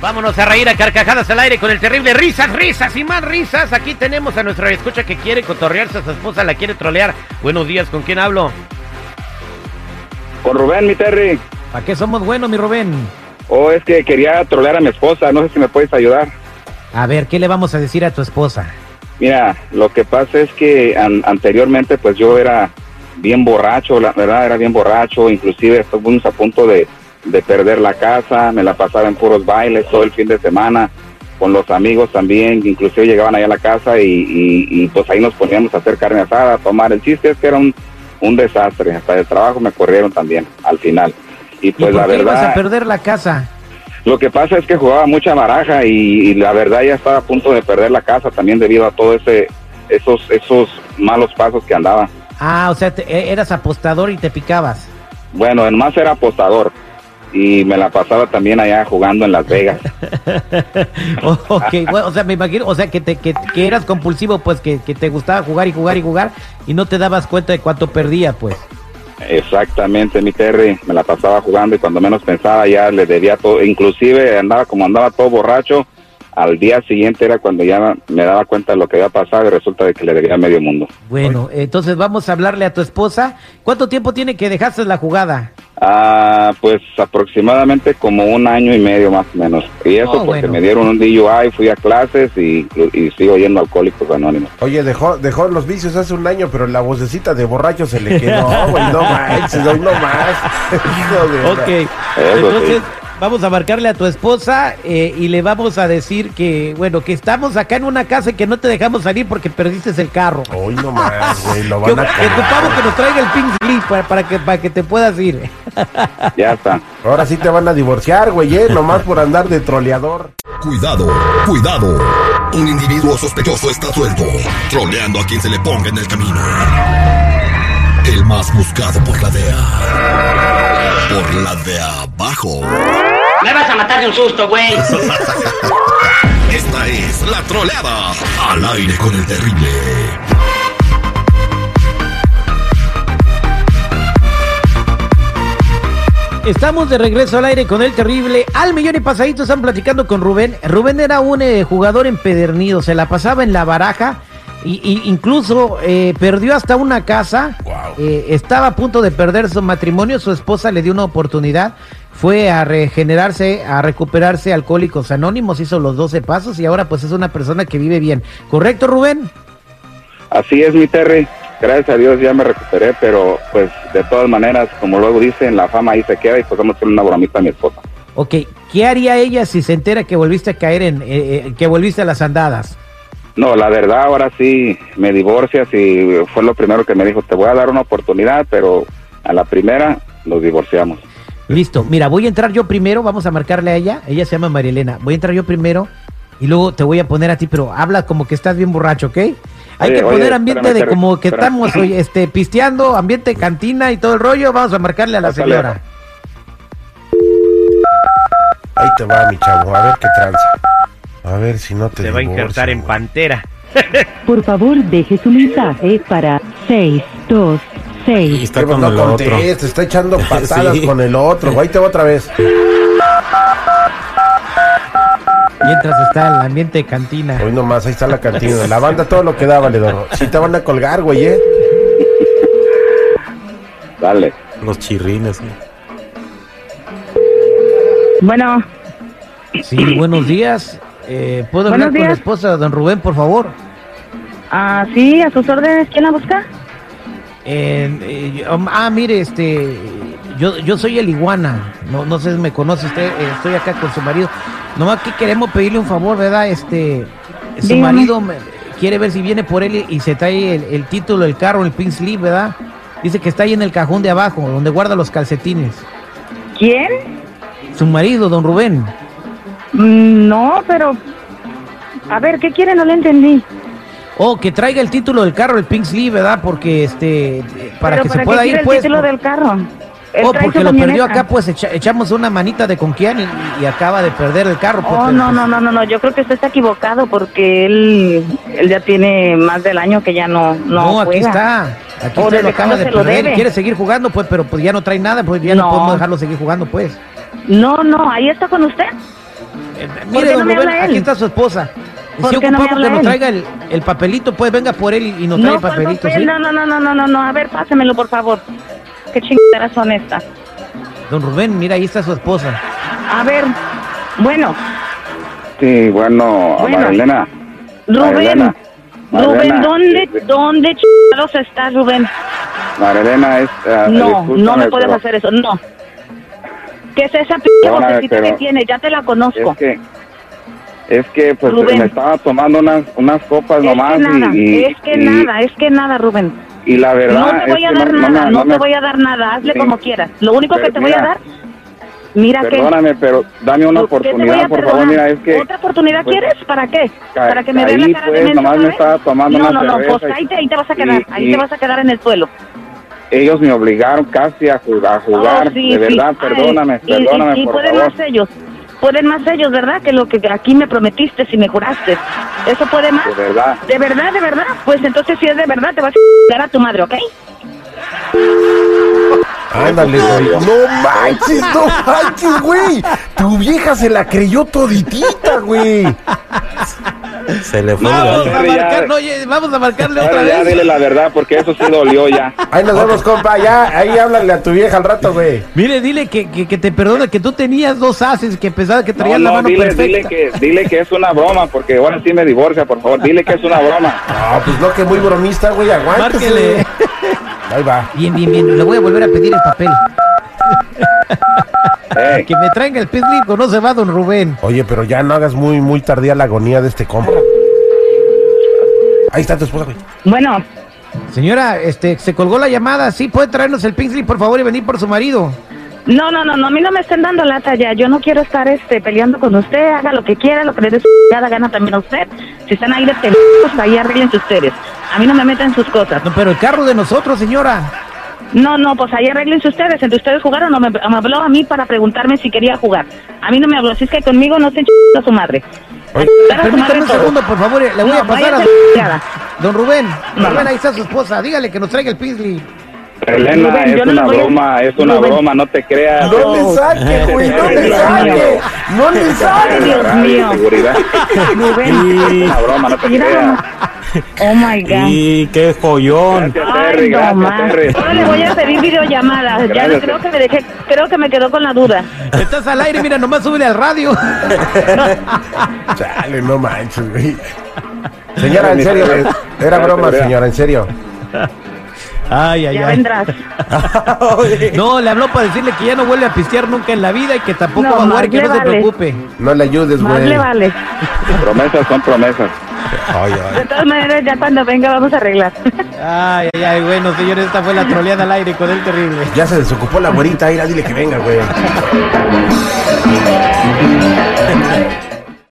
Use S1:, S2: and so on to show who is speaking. S1: Vámonos a reír a carcajadas al aire con el terrible risas, risas y más risas. Aquí tenemos a nuestra escucha que quiere cotorrearse a su esposa, la quiere trolear. Buenos días, ¿con quién hablo?
S2: Con Rubén, mi Terry.
S3: ¿Para qué somos buenos, mi Rubén?
S2: Oh, es que quería trolear a mi esposa. No sé si me puedes ayudar.
S3: A ver, ¿qué le vamos a decir a tu esposa?
S2: Mira, lo que pasa es que an- anteriormente pues yo era bien borracho, la verdad era bien borracho, inclusive estuvimos a punto de, de perder la casa, me la pasaba en puros bailes todo el fin de semana, con los amigos también, inclusive llegaban allá a la casa y, y- y, pues ahí nos poníamos a hacer carne asada, a tomar, el chiste es que era un, un desastre, hasta de trabajo me corrieron también al final. Y
S3: ¿Y
S2: pues
S3: por
S2: la
S3: qué ibas a
S2: verdad...
S3: perder la casa?
S2: Lo que pasa es que jugaba mucha baraja y, y la verdad ya estaba a punto de perder la casa también debido a todo ese esos esos malos pasos que andaba.
S3: Ah, o sea, te- e- eras apostador y te picabas.
S2: Bueno, el más era apostador y me la pasaba también allá jugando en Las Vegas.
S3: O- ok, bueno, o sea, me imagino, o sea, que, te, que, que eras compulsivo, pues, que, que te gustaba jugar y jugar y jugar y no te dabas cuenta de cuánto perdías, pues.
S2: Exactamente, mi Terry, me la pasaba jugando y cuando menos pensaba ya le debía todo, inclusive andaba como andaba todo borracho, al día siguiente era cuando ya me daba cuenta de lo que había pasado y resulta de que le debía medio mundo.
S3: Bueno, entonces vamos a hablarle a tu esposa. ¿Cuánto tiempo tiene que dejaste la jugada?
S2: Ah, pues aproximadamente como un año y medio más o menos. Y eso
S3: Oh,
S2: porque
S3: bueno.
S2: me dieron un DUI, fui a clases y, y sigo yendo a alcohólicos anónimos.
S4: Oye, dejó, dejó los vicios hace un año, pero la vocecita de borracho se le quedó, güey. No manches, hoy no más. Hijo de la-
S3: Ok, entonces vamos a marcarle a tu esposa eh, y le vamos a decir que, bueno, que estamos acá en una casa y que no te dejamos salir porque perdiste el carro.
S4: Hoy no más, güey. Lo
S3: Que,
S4: van a
S3: que tu
S4: colgar.
S3: pavo que nos traiga el pink slip para, para que, para que te puedas ir.
S2: Ya está.
S4: Ahora sí te van a divorciar, güey, eh. Nomás por andar de troleador.
S5: Cuidado, cuidado. Un individuo sospechoso está suelto, troleando a quien se le ponga en el camino. El más buscado por la DEA. Por la de abajo.
S6: Me vas a matar de un susto, güey.
S5: Esta es la troleada. Al aire con el terrible.
S3: Estamos de regreso al aire con el terrible Al Millón y Pasadito. Están platicando con Rubén. Rubén era un eh, jugador empedernido, se la pasaba en la baraja. Y, y incluso eh, perdió hasta una casa.
S4: Guau.
S3: Eh, estaba a punto de perder su matrimonio. Su esposa le dio una oportunidad. Fue a regenerarse, a recuperarse Alcohólicos Anónimos. Hizo los 12 pasos y ahora pues es una persona que vive bien. ¿Correcto, Rubén?
S2: Así es, mi Terry. Gracias a Dios ya me recuperé, pero pues de todas maneras, como luego dicen, la fama ahí se queda y pues vamos a hacer una bromita a mi esposa.
S3: Ok. ¿Qué haría ella si se entera que volviste a caer en... eh, eh, que volviste a las andadas?
S2: No, la verdad, ahora sí me divorcias y fue lo primero que me dijo, te voy a dar una oportunidad, pero a la primera nos divorciamos.
S3: Listo, mira, voy a entrar yo primero, vamos a marcarle a ella, ella se llama María Elena, voy a entrar yo primero y luego te voy a poner a ti, pero habla como que estás bien borracho, ¿ok? Hay
S2: Oye,
S3: que
S2: oye,
S3: poner ambiente
S2: espérame,
S3: de
S2: espérame,
S3: como que
S2: espérame.
S3: estamos oye, este, pisteando, ambiente cantina y todo el rollo, vamos a marcarle a la
S2: Pásale.
S3: señora.
S4: Ahí te va, mi chavo. A ver qué tranza. A ver si no te
S1: Se va a injertar en
S4: pan.
S1: pantera.
S7: Por favor, deje su mensaje para 626.
S4: Está con no contesta, está echando patadas con el otro. Ahí te va otra vez.
S3: Mientras está el ambiente de cantina.
S4: Hoy nomás, ahí está la cantina. La banda, todo lo que da, valedor. Si te van a colgar, güey, eh.
S2: Dale.
S8: Los chirrines. ¿no?
S7: Bueno,
S3: Sí, buenos días. Eh, ¿Puedo hablar
S7: Buenos
S3: con la
S7: días.
S3: esposa de don Rubén, por favor?
S7: ah, sí, a sus órdenes, ¿quién la busca?
S3: En, eh, um, ah, mire, este, yo, yo soy el iguana. No, no sé si me conoce usted. eh, estoy acá con su marido. Nomás que queremos pedirle un favor, ¿verdad? Este, su
S7: Dígame.
S3: marido me- quiere ver si viene por él y, y se trae el, el título, el carro, el pin sleeve, ¿verdad? Dice que está ahí en el cajón de abajo, donde guarda los calcetines.
S7: ¿Quién?
S3: Su marido, don Rubén.
S7: Mm, no, pero... A ver, ¿qué quiere? No le entendí.
S3: Oh, que traiga el título del carro, el pink sleeve, ¿verdad? Porque, este, eh, para
S7: Pero
S3: que se
S7: qué
S3: pueda
S7: quiere
S3: ir,
S7: el
S3: pues.
S7: título
S3: por-
S7: del carro? Él
S3: Oh,
S7: trae
S3: porque
S7: su
S3: lo perdió
S7: camioneta.
S3: acá, pues echa- echamos una manita de conquián y, y acaba de perder el carro. pues,
S7: Oh,
S3: pero,
S7: no,
S3: pues,
S7: no, no, no, no, yo creo que usted está equivocado porque él, él ya tiene más del año que ya no, no,
S3: No, aquí
S7: juega.
S3: está. Aquí
S7: O
S3: está, lo
S7: desde
S3: acaba
S7: cuándo
S3: de
S7: se lo
S3: perder.
S7: debe.
S3: Quiere seguir jugando, pues, pero pues ya no trae nada, pues ya no,
S7: No.
S3: podemos dejarlo seguir jugando, pues.
S7: No, no, ahí está con usted.
S3: Eh,
S7: ¿Por
S3: mire,
S7: qué no
S3: don
S7: me
S3: Rubén,
S7: habla él?
S3: aquí está su esposa.
S7: ¿Por
S3: Si
S7: qué no me
S3: ocupamos
S7: habla
S3: que nos
S7: él?
S3: traiga el, el papelito, pues venga por él y, y nos trae
S7: No,
S3: el
S7: ¿cuál
S3: papelito,
S7: papel?
S3: ¿sí?
S7: no, no, no, no, no, no, no, a ver, pásemelo, por favor. Qué chingaderas son estas.
S3: Don Rubén, mira, ahí está su esposa.
S7: A ver, bueno,
S2: Sí, bueno,
S7: Bueno.
S2: Marilena.
S7: Rubén,
S2: Marilena,
S7: Rubén,
S2: Marilena,
S7: ¿dónde,
S2: este-
S7: dónde chingados estás, Rubén?
S2: Marilena es... ah,
S7: No,
S2: discúlpame,
S7: no me puedes
S2: pero
S7: hacer eso, no. ¿Qué es esa p
S2: Perdóname,
S7: vocecita que
S2: pero-
S7: tienes? Ya te la conozco.
S2: Es que... Es que pues
S7: Rubén.
S2: me estaba tomando unas, unas copas
S7: Es que
S2: nomás y-
S7: nada,
S2: y,
S7: es que
S2: y-
S7: nada, es que nada, Rubén.
S2: y la verdad
S7: No te voy a
S2: es que
S7: dar nada,
S2: me-
S7: no,
S2: me-
S7: te voy a dar nada, hazle
S2: Sí.
S7: como quieras. Lo único
S2: Pero
S7: que te voy a
S2: mira,
S7: dar, mira que...
S2: Perdóname, pero dame una
S7: ¿Qué te voy
S2: oportunidad,
S7: a
S2: por favor.
S7: perdonar?
S2: Mira, es que
S7: ¿Otra oportunidad
S2: pues,
S7: quieres? ¿Para qué?
S2: ca-
S7: ¿Para que me veas
S2: caí,
S7: la cara de
S2: pues,
S7: menso
S2: nomás
S7: otra
S2: me
S7: vez?
S2: estaba tomando
S7: No,
S2: una
S7: no, no,
S2: cerveza
S7: pues
S2: y-
S7: ahí te, ahí te vas a quedar,
S2: y-
S7: ahí
S2: y-
S7: te vas a quedar en el suelo.
S2: ellos me obligaron casi a jugar, a jugar.
S7: Oh, sí,
S2: de
S7: sí.
S2: verdad,
S7: Ay,
S2: perdóname,
S7: y- y-
S2: perdóname,
S7: y,
S2: por
S7: pueden
S2: favor.
S7: más ellos, pueden más ellos, ¿verdad? Que lo que aquí me prometiste si me juraste. ¿Eso puede más?
S2: De verdad.
S7: ¿De verdad, de verdad? Pues entonces si es de verdad te vas a dar a tu madre, ¿ok?
S4: Ándale, güey. No manches, no manches, güey. Tu vieja se la creyó toditita, güey.
S8: Se le fue.
S3: Vamos
S8: el
S3: a
S2: Pero ya-
S3: marcar, no, oye, vamos a marcarle
S2: Ahora
S3: otra
S2: ya
S3: vez.
S2: dile la verdad, porque eso sí dolió ya.
S4: Ahí nos vemos, compa. Ya, ahí háblale a tu vieja al rato, güey.
S3: Mire, dile que, que, que te perdona, que tú tenías dos haces, que pensaba que
S2: No,
S3: traías la
S2: no,
S3: mano
S2: dile, dile
S3: perfecta.
S2: que, dile que es una broma, porque ahora sí me divorcia, por favor. Dile que es una broma.
S4: No, pues no, que muy bromista, güey. Aguántese.
S3: Márquele.
S4: Ahí va.
S3: Bien, bien, bien. Le voy a volver a pedir el papel.
S2: Ey,
S3: Que me traiga el pislito, no se va, don Rubén.
S4: Oye, pero ya no hagas muy, muy tardía la agonía de este compa. Ahí está tu esposa, güey.
S7: Bueno,
S3: Señora, este, se colgó la llamada. Sí, puede traernos el Pixley, por favor, y venir por su marido.
S7: no, no, no, no, a mí no me estén dando lata ya. Yo no quiero estar este peleando con usted, haga lo que quiera, lo que le dé su chingada gana también a usted. Si están ahí de pendejos, ahí arreglense ustedes. A mí no me meten sus cosas.
S3: No, pero el carro de nosotros, señora.
S7: No, no, pues ahí arreglense ustedes. Entre ustedes jugaron o me, me habló a mí para preguntarme si quería jugar. A mí no me habló, así es que conmigo no se a su madre. Chingar a su madre
S3: Permítame un
S7: todos.
S3: segundo, por favor. eh, Le voy
S7: No,
S3: a pasar a...
S7: váyase la chingada.
S3: Don Rubén,
S7: No.
S3: Rubén, ahí está su esposa. Dígale que nos traiga el Pixley.
S2: Elena,
S7: Rubén, yo
S2: es
S7: no
S2: una
S7: le voy a-
S2: broma, es una
S7: Rubén.
S2: broma, no te creas.
S4: No le saque, güey. No le saque. No le
S2: Ay,
S4: saque.
S7: Dios
S2: de
S7: mío.
S2: seguridad.
S7: Rubén.
S2: Es una broma, no te
S7: Mira
S2: creas.
S7: nomás. Oh my God.
S8: Y qué joyón.
S2: Gracias, Terry,
S7: Ay, no
S2: gracias,
S7: más.
S2: Terry.
S7: Ahora le voy a pedir videollamada. Ya
S2: Gracias.
S7: no creo que me dejé, creo que me quedó con la duda.
S3: Estás al aire, mira, nomás súbele al radio.
S4: Chale, no manches, güey. Señora, en
S2: Ni
S4: serio, eh,
S2: sabes.
S4: era
S2: Ya
S4: broma,
S2: te veo.
S4: señora, en serio.
S3: Ay, ay,
S7: Ya
S3: ay.
S7: vendrás.
S3: No, le habló para decirle que ya no vuelve a pistear nunca en la vida y que tampoco
S7: No,
S3: va a jugar,
S7: más
S3: que
S7: le
S3: no se
S7: vale.
S3: preocupe.
S4: No le ayudes,
S7: Más
S4: güey.
S7: le vale.
S2: Promesas son promesas.
S8: Ay, ay.
S7: De todas maneras, ya cuando venga vamos a arreglar.
S3: Ay, ay, ay, bueno, señores, esta fue la troleada al aire con el terrible.
S4: Ya se desocupó la güerita, ahí dile que venga, güey.